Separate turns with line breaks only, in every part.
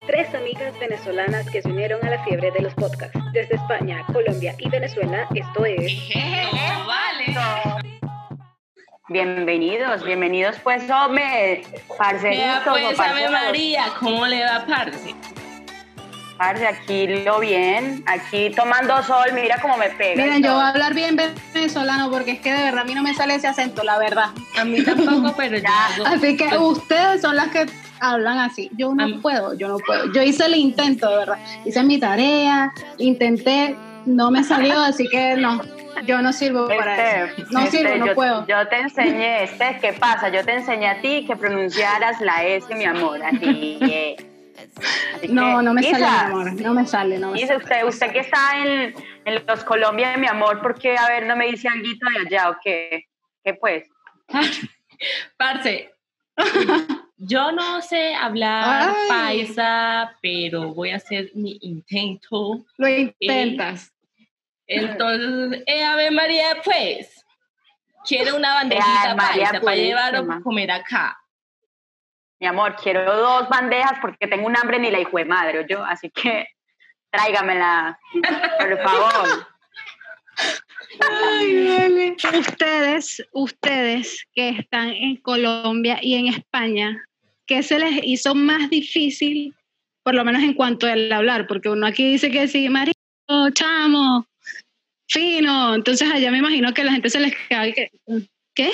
Tres amigas venezolanas que se unieron a la fiebre de los podcasts. Desde España, Colombia y Venezuela, esto es.
Bienvenidos, bienvenidos pues, hombre,
Vea
parceritos o
pues, Ave
parceros.
María, ¿cómo le va, parce?
Parce, aquí lo bien, aquí tomando sol, mira cómo me pega.
Miren,
y
yo
todo.
voy a hablar bien venezolano porque es que de verdad a mí no me sale ese acento, la verdad.
A mí tampoco, pero yo
Ya,
hago-
Así que
pues,
ustedes son las que hablan así. Yo
A mí-
no puedo, yo no puedo. Yo hice el intento, de verdad. Hice mi tarea, intenté, no me salió, así que no. Yo no sirvo para
Este,
eso. No
este,
sirvo, no
yo,
puedo.
Yo te enseñé, este, ¿qué pasa? Yo te enseñé a ti que pronunciaras la S, mi amor, a ti. eh. Así
No,
que,
no me sale, mi
Isa,
amor. No me sale, no me
Isa,
sale.
usted, usted que está en, en los Colombia, mi amor, ¿por qué, a ver, no me dice algo de allá o qué? ¿Qué pues?
Parce, yo no sé hablar
Ay.
paisa, pero voy a hacer mi intento.
Lo intentas.
Entonces, eh, Ave María, pues, quiero una bandejita
Ave María
paisa para llevar
purísima.
o comer acá.
Mi amor, quiero dos bandejas porque tengo un hambre ni la hijo de madre, yo, así que tráigamela, por favor.
Ay, vale. Ustedes, ustedes que están en Colombia y en España, ¿qué se les hizo más difícil, por lo menos en cuanto al hablar? Porque uno aquí dice que sí, marido, chamo, fino. Entonces allá me imagino que la gente se les cae que... ¿Qué?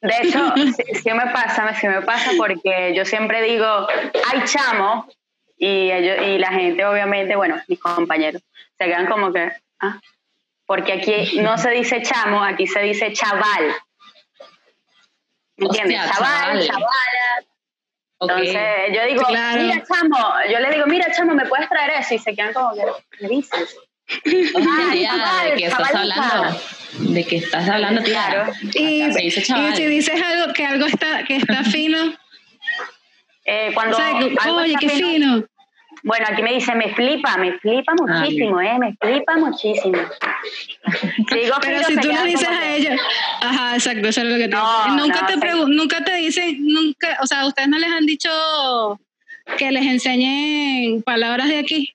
De hecho, sí, sí me pasa, sí me pasa porque yo siempre digo, ay chamo, y, ellos, y la gente obviamente, bueno, mis compañeros, se quedan como que, ah, porque aquí no se dice chamo, aquí se dice chaval. ¿Entiendes?
Hostia,
chaval,
chaval.
chavala,
Ok.
Entonces yo digo,
Claro.
mira chamo, yo le digo, mira chamo, ¿me puedes traer eso? Y se quedan como que, ¿qué dices?
Hostia,
ay,
tía,
chaval,
¿de qué estás
chavalita.
hablando? ¿De qué estás hablando, tía?
Claro.
Y,
Acá se dice
y
chaval.
si dices algo que algo está, que está fino,
Eh,
o
cuando
sea, que,
algo
oye,
está
qué
fino-
fino. Ah,
Bueno, aquí me dice, me flipa, me flipa muchísimo, eh, me flipa muchísimo. Si digo
Pero
fino,
si
se
tú le
quedan
dices
como
a
que-
ellos, ajá, exacto, eso es lo que te
No,
nunca
no,
te
sí.
pregun- nunca te dicen, nunca, o sea, ustedes no les han dicho que les enseñen palabras de aquí.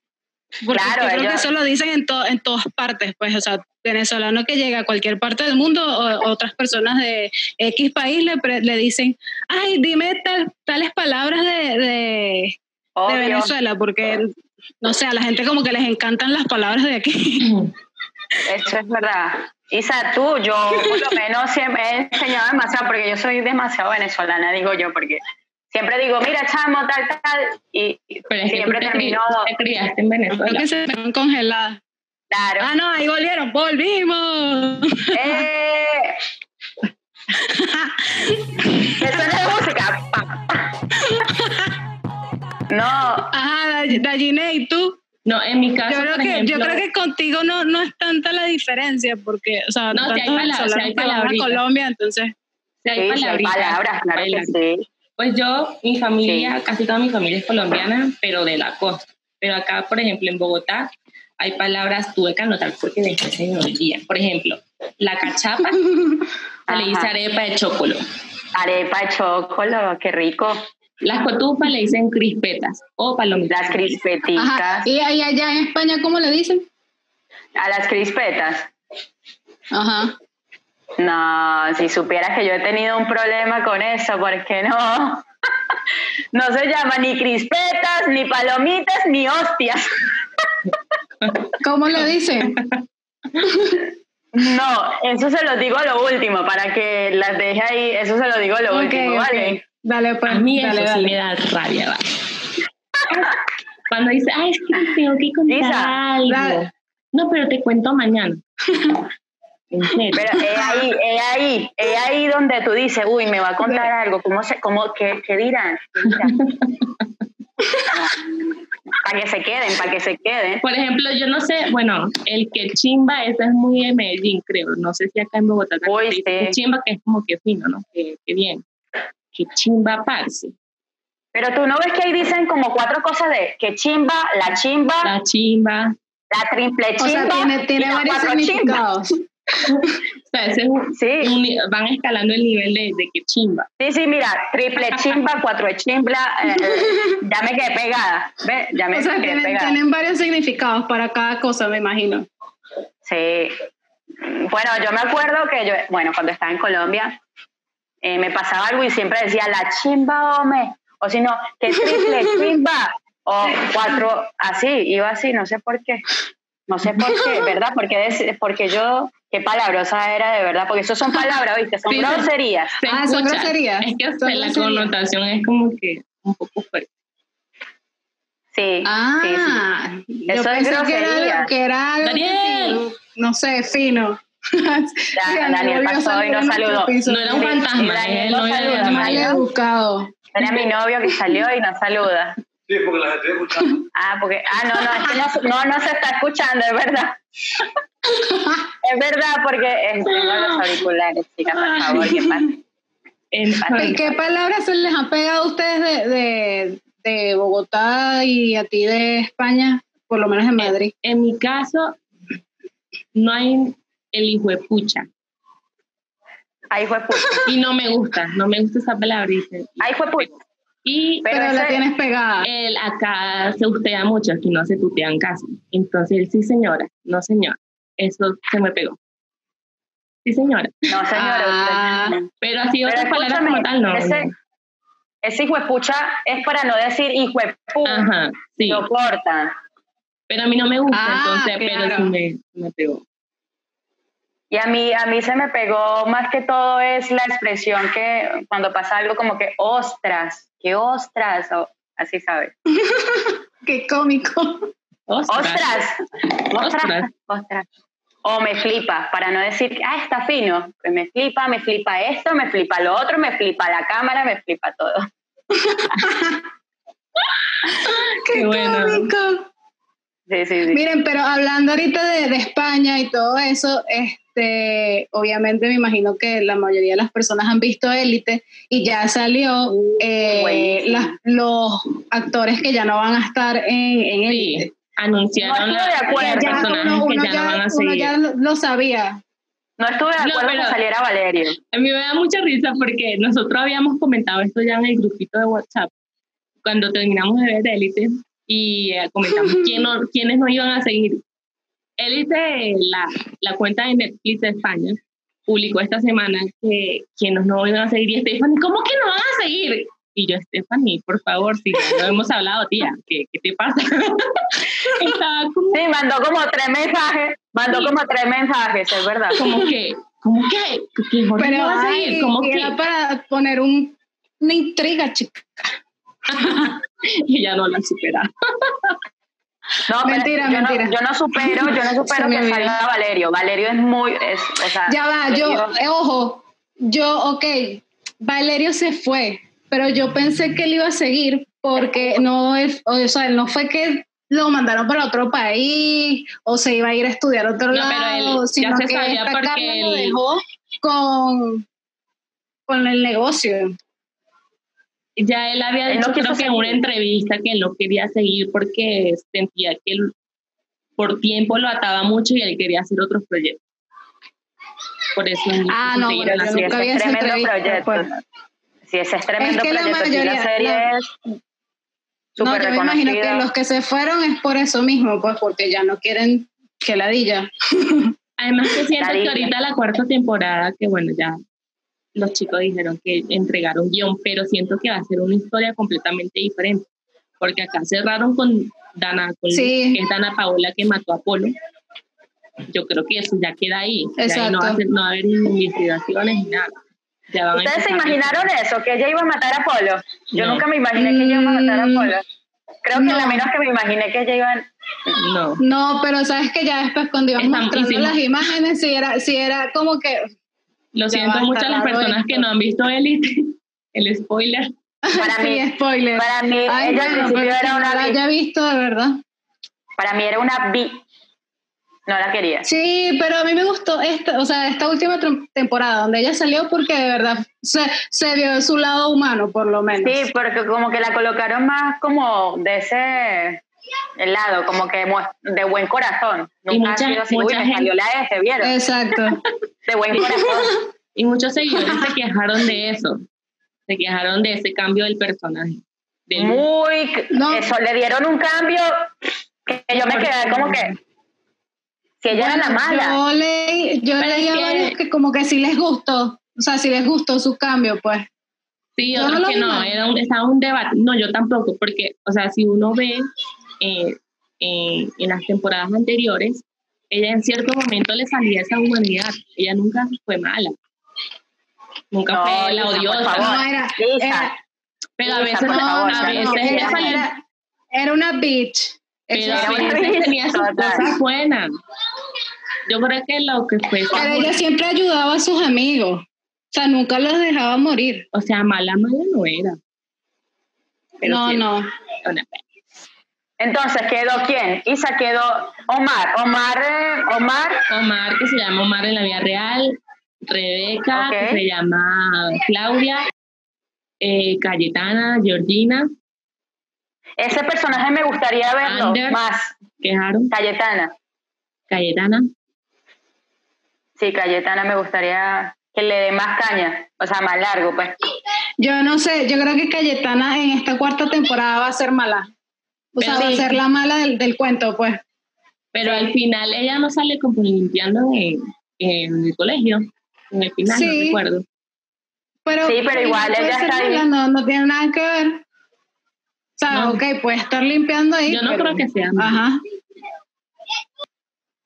Porque
Claro,
yo creo que
ellos-
eso lo dicen en, to- en todas partes, pues, o sea, venezolano que llega a cualquier parte del mundo o otras personas de X país le, pre- le dicen, ay, dime tal- tales palabras de, de, de
Obvio.
Venezuela, porque, no sé, a la gente como que les encantan las palabras de aquí.
Eso es verdad. Isa, tú, yo por lo menos siempre he enseñado demasiado, porque yo soy demasiado venezolana, digo yo, porque siempre digo, mira, chamo, tal, tal, y y
Pero es que
siempre
tú te
termino,
cri- te criaste en
Creo
Venezuela.
que se quedan congeladas.
claro.
Ah, no, ahí volvieron, volvimos.
¡Eh! Me suena la música. Pa, pa. No,
Ajá, Day- Dayiné, ¿y tú?
No, en mi caso,
Yo creo
por
que, yo
ejemplo,
creo que contigo no, no es tanta la diferencia, porque, o sea,
No, si hay
tanto
palabras,
venezolanos
si hay
que van a
palabritas.
Colombia, entonces.
si hay
sí, sí, hay
palabritas,
palabras, claro que
bailar.
sí.
Pues yo, mi familia,
Sí.
casi toda mi familia es colombiana, pero de la costa. Pero acá, por ejemplo, en Bogotá, hay palabras, tuve que anotar porque después se me olvida. Por ejemplo, la cachapa, se le dice
Ajá.
arepa de chocolo.
Arepa de chocolo, qué rico.
Las cotufas le dicen crispetas o palomitas.
Las crispetitas.
Y ahí allá en España, ¿cómo le dicen?
A las crispetas.
Ajá.
No, si supieras que yo he tenido un problema con eso, porque no. No se llama ni crispetas, ni palomitas, ni hostias.
¿Cómo le dicen?
No, eso se lo digo a lo último, para que las deje ahí, eso se lo digo a lo
Ok,
último,
ok.
¿vale?
Dale, pues.
A mí
dale,
eso sí
dale.
me da rabia. va. Cuando dice, ay, es que te tengo que contar
Lisa,
algo.
dale.
No, pero te cuento mañana. En serio.
Pero es ahí, es ahí, es ahí donde tú dices, uy, me va a contar algo, ¿cómo se, cómo, qué, qué dirán? ¿Qué dirán? para que se queden, para que se queden.
Por ejemplo, yo no sé, bueno, el que chimba, eso es muy de Medellín, creo. No sé si acá en Bogotá también
Uy,
se dice
sí.
que chimba, que es como que fino, ¿no? Que, que bien. Que chimba, parce.
Pero tú no ves que ahí dicen como cuatro cosas de que chimba, la chimba,
La chimba.
la triple
O
chimba.
sea, tiene,
y
tiene
la
varios
cuatro chimba.
significados.
O sea, ese es un-
Sí.
un- van escalando el nivel de, de que chimba.
Sí, sí, mira, triple chimba, cuatro chimba, eh, eh, ya me quedé pegada, ¿ves? Ya me
O sea,
quedé
tienen,
pegada.
tienen varios significados para cada cosa, me imagino.
Sí. Bueno, yo me acuerdo que yo, bueno, cuando estaba en Colombia, eh, me pasaba algo y siempre decía la chimba, hombre, o si no, que triple chimba, o cuatro, así, iba así, no sé por qué. No sé por qué, ¿verdad? Porque, des- porque yo, qué palabrosa era de verdad, porque eso son palabras, ¿viste? Son
Sí.
groserías.
Se
Ah, son
escucha.
groserías.
Es que
Son
hasta la
groserías.
connotación es como que un poco fuerte.
Sí, sí, sí.
Ah, yo
Eso es
pensé que era,
grosería.
lo- que era algo
Daniel.
que sí, no sé, fino.
Ya, Daniel pasó y no saludó.
No era un
Sí,
fantasma,
Brian,
él
no
no era
saluda,
de la
mal
Brian.
manera.
educado.
Era mi novio que salió y no saluda.
Sí, porque las estoy escuchando.
Ah, porque, ah, no, no, es que no, se- no, no se está escuchando, es verdad. Es verdad, porque eh, tengo los auriculares, chicas,
Ah.
por favor, que pase.
¿Y qué palabras se les han pegado a ustedes de, de, de Bogotá y a ti de España? Por lo menos en Madrid.
En mi caso, no hay el hijo de pucha.
Ahí fue puto.
Y no me gusta, no me gusta esa palabra. dice.
Ahí fue puto.
Y
pero
Pero, la
ese- eh,
tienes pegada.
él acá se ustea mucho, aquí no se tutean casi. Entonces, él, sí señora, no señor. Eso se me pegó. Sí señora.
No, señora,
Ah.
usted.
Pero así
Pero
otras palabras como tal, no.
ese, ese hijo de pucha es para no decir hijo de puta,
Ajá, sí.
lo cortan.
Pero a mí no me gusta,
Ah,
entonces, pero
claro.
sí me, me pegó.
Y a mí, a mí se me pegó más que todo es la expresión que cuando pasa algo como que ostras, que ostras, o así sabes.
Qué cómico.
Ostras, ostras,
Ostras.
ostras. O me flipa, para no decir, ah, está fino. Pues me flipa, me flipa esto, me flipa lo otro, me flipa la cámara, me flipa todo.
Qué,
Qué bueno.
cómico.
Sí, sí, sí.
Miren, pero hablando ahorita de, de España y todo eso, este, obviamente me imagino que la mayoría de las personas han visto Élite y ya salió
Uh,
eh,
buenísimo.
las- los actores que ya no van a estar en, en Élite.
Sí, anunciaron
No
la-
estoy de
los
acuerdo.
Ya
personajes
uno, uno
que ya, no van a
ya, uno
seguir.
ya lo, lo sabía.
No estuve de
No,
acuerdo
pero-
que saliera Valerio.
A mí me da mucha risa porque nosotros habíamos comentado esto ya en el grupito de WhatsApp cuando terminamos de ver Élite y eh, comentamos quién no- quiénes no iban a seguir. Élite, la, la cuenta de Netflix de España, publicó esta semana que quienes no iban a seguir y Stephanie, ¿cómo que no van a seguir? Y yo, Stephanie, por favor, si ya no hemos hablado, tía, ¿qué, qué te pasa? Estaba como
Sí, mandó como tres mensajes, mandó
Sí.
como tres mensajes, es verdad.
como que, ¿cómo que? ¿Que Jorge
Pero
no va a
ay,
seguir? ¿Cómo que?
era para poner un- una intriga, chica.
Y ya no la supera.
No, pero
Mentira,
yo
mentira.
No, yo no supero, yo no
Se
supero
me
que
olvidó.
salga Valerio. Valerio es muy, es, o sea,
Ya va,
Ah,
yo,
Valerio-
eh, ojo, yo, ok, Valerio se fue, pero yo pensé que él iba a seguir porque no, es- o sea, no fue que lo mandaron para otro país o se iba a ir a estudiar a otro
No, pero
lado,
él ya
sino
se
que
sabía
esta
porque
Carla lo
él-
dejó con, con el negocio.
Ya él había
Él no
dicho,
quiso
creo que en
seguir.
una entrevista que él no quería seguir porque sentía que él por tiempo lo ataba mucho y él quería hacer otros proyectos. Por eso no
Ah,
quiso
no,
seguir
bueno,
en la
yo
serie.
nunca vi
es
esa
tremendo
entrevista.
proyecto.
pues.
si ese es tremendo
que la
proyecto, si la
mayoría-
serie
la-
es
No,
súper
yo me imagino
reconocida.
que los que se fueron es por eso mismo, pues porque ya no quieren que ladilla.
Además que siento que
Ladilla.
ahorita la cuarta temporada, que bueno, ya los chicos dijeron que entregaron guión, pero siento que va a ser una historia completamente diferente. Porque acá cerraron con Dana, con
Sí.
que es Dana Paola que mató a Polo. Yo creo que eso ya queda ahí. Ya ahí
Exacto.
no, va a ser- no va a haber investigaciones ni nada. Ya van a
¿Ustedes se
empezar.
imaginaron eso? Que ella iba a matar a Polo. Yo
No.
nunca me imaginé que ella iba a matar a
Mm,
Polo. Creo que
no.
la menos que me imaginé que ella iba.
No.
No, pero sabes que ya después cuando iban
Estamos-
mostrando
hicimos-
las imágenes, si era, si era como que,
Lo
Ya
siento
va,
mucho
está
a las
raro
personas
esto.
que no han visto Elite. El spoiler.
Para
sí,
mí,
spoiler.
para mí, ella
Ay,
al
bueno,
principio
pero
era
si no
una
la
bi.
haya visto, de verdad.
Para mí era una bi. No la quería.
Sí, pero a mí me gustó esta, o sea, esta última trom- temporada donde ella salió porque de verdad se, se vio su lado humano, por lo menos.
Sí, porque como que la colocaron más como de ese helado, como que mu- de buen corazón. Nunca
Y
ha
mucha-
sido así, uy,
mucha
me
gente-
salió la S, ¿vieron?
Exacto.
De buen corazón.
Y muchos seguidores se quejaron de eso. Se quejaron de ese cambio del personaje. Del-
Muy.
No.
Eso, le dieron un cambio que yo me quedé como que. Si ella era la mala.
Yo, leí, yo
Pero
leí a
es que-
varios que como que sí les gustó. O sea, sí les gustó su cambio, pues.
sí,
yo
otros
no lo
que
vi
no.
mal.
Era un, estaba un debate. No, yo tampoco, porque, o sea, si uno ve eh, eh, en las temporadas anteriores, ella en cierto momento le salía esa humanidad. Ella nunca fue mala. Nunca
No,
fue la
Isa, por
odiosa.
favor.
No, era,
Lisa,
era-
Pero a
Isa,
veces,
por favor,
a
no,
veces
no,
ella
era,
sal-
salía-
era- era una bitch.
Pero
Ella-
a
Era una
veces
vez,
tenía sus
total.
cosas buenas. Yo creo que lo que fue, esa
pero
mu-
ella siempre ayudaba a sus amigos. O sea, nunca los dejaba morir.
o sea, mala, mala no era. Pero
no,
sí era
no.
una pena.
Entonces quedó quién? Isa quedó Omar. Omar, eh, Omar.
Omar, que se llama Omar en la vida real, Rebeca,
Ok.
que se llama Claudia, eh, Cayetana, Georgina,
Ese personaje me gustaría verlo
Anders.
más.
quejaron,
Cayetana.
Cayetana,
Sí, Cayetana me gustaría que le dé más caña. O sea, más largo, pues.
Yo no sé, yo creo que Cayetana en esta cuarta temporada va a ser mala. O sea,
Pero
va a
sí.
ser la mala del, del cuento, pues.
pero al final ella no sale como limpiando en, en el colegio, en el final, no
Sí.
recuerdo.
Pero,
Sí, pero igual
puede
ella
ser
está ahí.
mala, No, no tiene nada que ver. O sea,
No.
ok, puede estar limpiando ahí.
Yo no
pero-
creo que sea mala.
Ajá.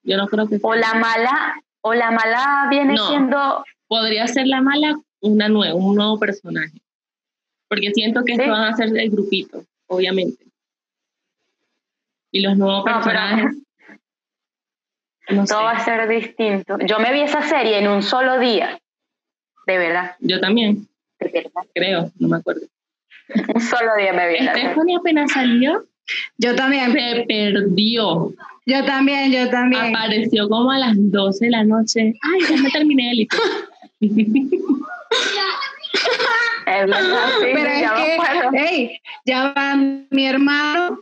Yo no creo que sea
O la mala, o la mala viene
No.
siendo.
podría ser la mala una nueva, un nuevo personaje. Porque siento que
Sí.
esto van a ser el grupito, obviamente. Y los nuevos
No, pero-
personajes. No sé.
Todo va a ser distinto. Yo me vi esa serie en un solo día. De verdad,
Yo también,
de verdad.
creo, no me acuerdo.
Un solo día me vi. la
Este
serie.
Stephanie apenas salió,
Yo también.
se perdió.
Yo también, yo también.
Apareció como a las 12 de la noche. Ay, ya me terminé el
Es verdad, sí,
Pero es
ya me acuerdo.
que, ey, ya va mi hermano.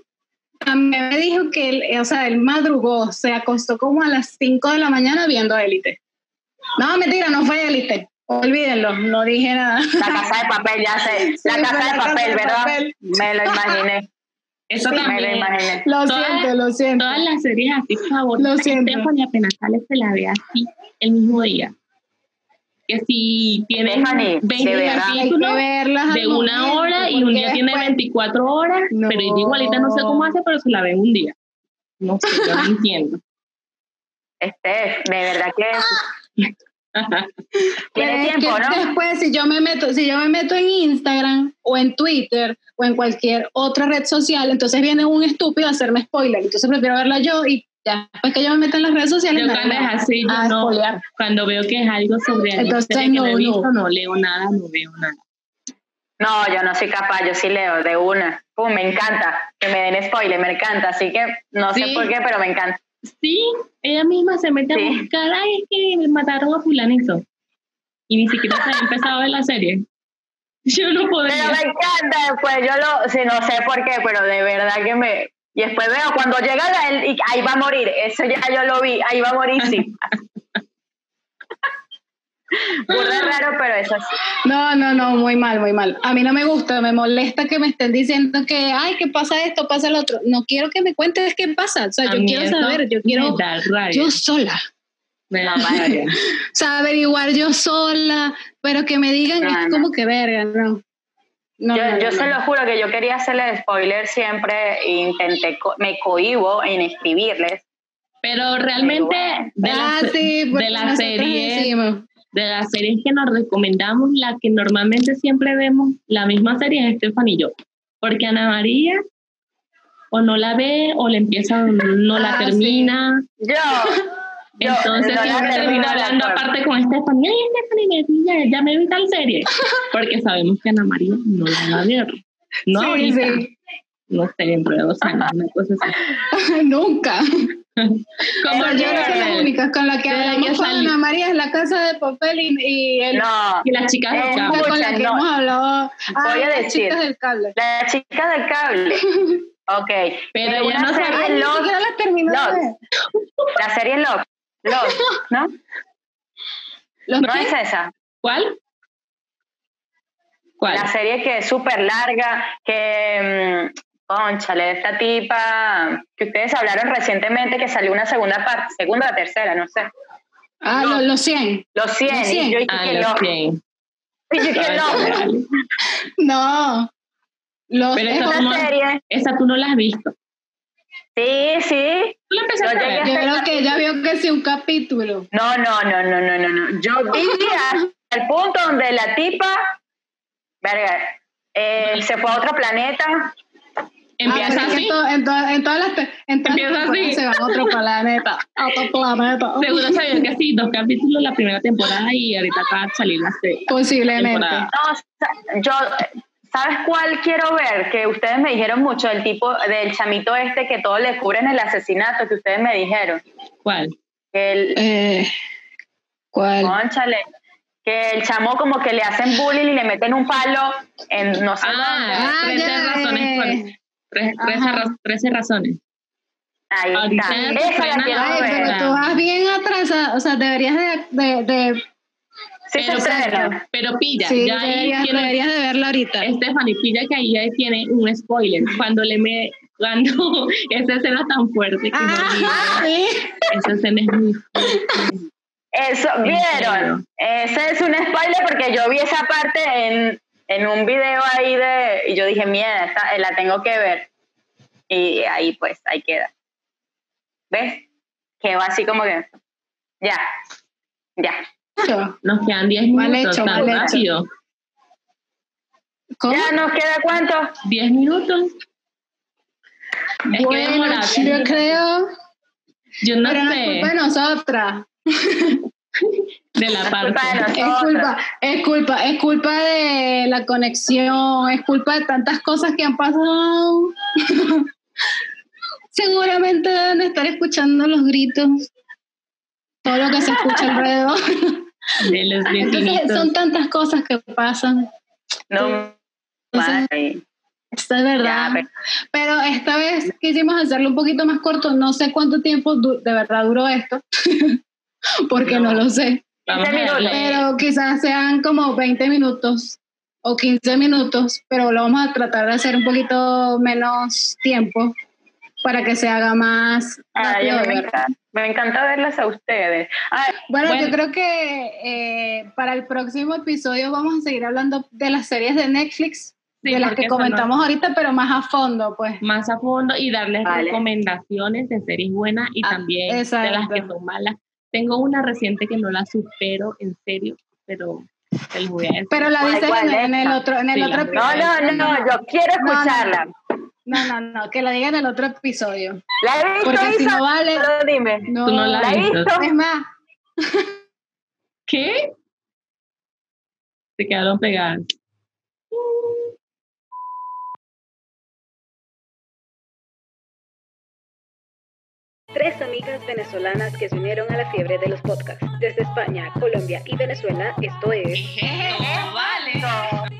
También me dijo que él, o sea, él madrugó, se acostó como a las 5 de la mañana viendo élite. No, mentira, no fue élite. Olvídenlo, no dije nada.
La casa de papel, ya sé. La
Sí,
casa
fue
de
la Casa
papel,
de
¿verdad?
Papel.
Me lo imaginé.
Eso
Me lo
también.
imaginé.
Lo
Todas-
siento, lo siento.
Todas las series así favoritas
Lo
que
siento.
Stephanie apenas sale se la ve así el mismo día. Que si tiene
Stephanie,
20
de verdad.
Hay que
capítulos
verlas al
de una
momento,
hora y
porque
un día tiene
después-
24 horas,
No.
pero ella igualita no sé cómo hace, pero se la ve en un día. No sé, yo no entiendo.
Este, de verdad que
Ah. Pero
tiene
es que
tiempo, ¿no?
Después, si yo me meto, si yo me meto en Instagram o en Twitter o en cualquier otra red social, entonces viene un estúpido a hacerme spoiler. Entonces prefiero verla yo y ya. Después que yo me meto en las redes sociales,
Yo
me
cuando es
van a-
así, yo
a
no-
spoilear.
Cuando veo que es algo sobre algo
Entonces,
que no he
no,
visto,
no.
no leo nada, no veo nada.
No, yo no soy capaz, yo sí leo de una. Pum, me encanta que me den spoiler, me encanta. Así que no sé
Sí.
por qué, pero me encanta.
Sí, ella misma se mete
Sí.
a buscar, ay, es que me mataron a fulanito. Y ni siquiera se ha empezado a ver la serie. Yo no podría.
Pero me encanta después, yo lo, sí, no sé por qué, pero de verdad que me... Y después veo cuando llega la- el- y ahí va a morir, eso ya yo lo vi, ahí va a morir, sí. Burda raro, pero eso sí.
No, no, no, muy mal, muy mal. A mí no me gusta, me molesta que me estén diciendo que, ay, que pasa esto, pasa el otro. No quiero que me cuentes qué pasa. O sea,
A
yo
mí
quiero
eso
saber, yo quiero
Me da rabia.
yo sola.
me da
No,
rabia.
O sea, averiguar yo sola, pero que me digan
No,
es
no.
como que verga, no. No,
Yo,
no,
yo
no.
se lo juro que yo quería hacerle spoiler siempre e intenté, co- me cohibo en escribirles.
Pero realmente, de
ah,
las,
sí, porque
de las
nosotros
series,
decimos.
de las series que nos recomendamos, la que normalmente siempre vemos, la misma serie es Estefan y yo. Porque Ana María o no la ve, o la empieza, o no la
Ah,
termina.
Yo, yo
Entonces
no la
siempre termina
termino de
hablando
hacer.
aparte con Estefan. Ay, Estefan, me vi, ya, ya me vi tal serie. Porque sabemos que Ana María no la va a ver. No
Sí,
ahorita,
sí.
no sé, dentro de dos años, una cosa así.
Nunca.
Como
Pero yo no soy
Gabriel.
las únicas con la que
Desde
hablamos
que
con
salí.
Ana María es la casa de papel y, y el
No,
Y las chicas
Eh,
lo
con la que
no.
hemos hablado. Ah,
Voy a
las
decir.
chicas del cable.
la chica del cable. Ok.
Pero
Mira,
ella
una
no
serie
sabía.
Ay, ni
Lost,
siquiera la terminó de
Lost.
ver.
la serie Love. Love, ¿no?
¿Los
No
qué?
es esa.
¿Cuál? ¿Cuál?
La serie que es súper larga, que, mm, conchale, esta tipa, que ustedes hablaron recientemente que salió una segunda parte, segunda o tercera, no sé.
Ah, lo- los 100.
Los 100.
Los 100.
Yo dije
Ah,
que
los
Love.
100.
Yo dije
Ay,
Love.
vale.
No. Los
Pero
es
eso
Es
otra-
no-
una serie.
Esa tú no la has visto.
Sí, sí.
Tú la empezaste
Yo
a
llegué
ver.
Yo creo que ella vio que sí, un capítulo.
No, no, no, no, no, no, no. Yo vi hasta el punto donde la tipa, verga, eh, se fue a otro planeta.
Empieza
Ah, pero es que
así.
en to- en, to- en todas las te- en todas las
Empieza así.
temporadas se van a otro planeta. A otro planeta.
Seguro sabían que sí, dos capítulos la primera temporada y ahorita acaba de salir la se-
Posiblemente.
temporada.
No, sa- yo, ¿sabes cuál quiero ver? Que ustedes me dijeron mucho, el tipo del chamito este que todo le cubren el asesinato, que ustedes me dijeron.
¿Cuál?
Que el,
Eh, ¿Cuál?
cónchale, que el chamo como que le hacen bullying y le meten un palo en no sé dónde.
Ah,
Ah,
13
ya,
razones.
eh.
por- tres- trece
Ajá.
ra- 13 razones.
Ahí
ahorita
está.
te
Esa
estrenan
la quiero
la
Ay,
ver.
pero tú vas bien atrasada. O sea, deberías de. de, de
Sí, se
Pero,
estrena.
pero pilla,
sí,
ya ahí
deberías,
tiene,
deberías de verla ahorita.
Stephanie, pilla que ahí ya tiene un spoiler. Cuando le me cuando esa escena tan fuerte que no digo,
Ah, sí.
esa escena es muy
Eso,
serio?
vieron. Ese es un spoiler porque yo vi esa parte en, en un video ahí de. Y yo dije, mierda, esta- eh, la tengo que ver. Y ahí pues, ahí queda. ¿Ves? Quedó así como que. Ya. Ya.
nos quedan 10
Mal
minutos
hecho,
tan
mal hecho.
rápido.
¿Cómo?
¿Ya nos queda cuánto?
10 minutos. Es que demora.
Bueno, yo creo.
Yo no
pero no es
sé
culpa de nosotras.
de la
Culpa de
parte.
Es
nosotras.
culpa, es culpa, es culpa de la conexión, es culpa de tantas cosas que han pasado. Seguramente deben estar escuchando los gritos, todo lo que se escucha alrededor.
De los 10
Entonces,
minutos.
son tantas cosas que pasan.
No.
Entonces,
madre.
Esto es verdad.
Ya, pero-
Pero esta vez quisimos hacerlo un poquito más corto. No sé cuánto tiempo du- de verdad duró esto, porque no lo sé.
Vamos a darle.
Pero quizás sean como 20 minutos o 15 minutos, pero lo vamos a tratar de hacer un poquito menos tiempo para que se haga más
Ay, a
rápido
mí ah, me,
de ver.
encanta, me encanta verlas a ustedes. Ay,
Bueno,
Bueno.
yo creo que eh, para el próximo episodio vamos a seguir hablando de las series de Netflix,
Sí,
de las
porque
que
eso no-
comentamos ahorita, pero más a fondo, pues.
más a fondo y darles
Vale.
recomendaciones de series buenas y
Ah,
también de las
exacto.
que son malas. Tengo una reciente que no la supero, en serio, pero se los voy a decir.
Pero la
Ay,
dices
¿cuál
en, en
es?
el otro, en el
Sí,
otro
la-
no, no,
episodio.
no, yo quiero
No, no.
escucharla.
No, no, no, que la diga en el otro episodio.
¿La he visto,
Porque si
Isa?
no vale,
Solo dime.
no,
Tú no la
¿La
has
he
visto.
visto?
es más,
¿Qué? Se quedaron pegadas.
Tres amigas venezolanas que se unieron a la fiebre de los podcasts. Desde España, Colombia y Venezuela, esto es...
No.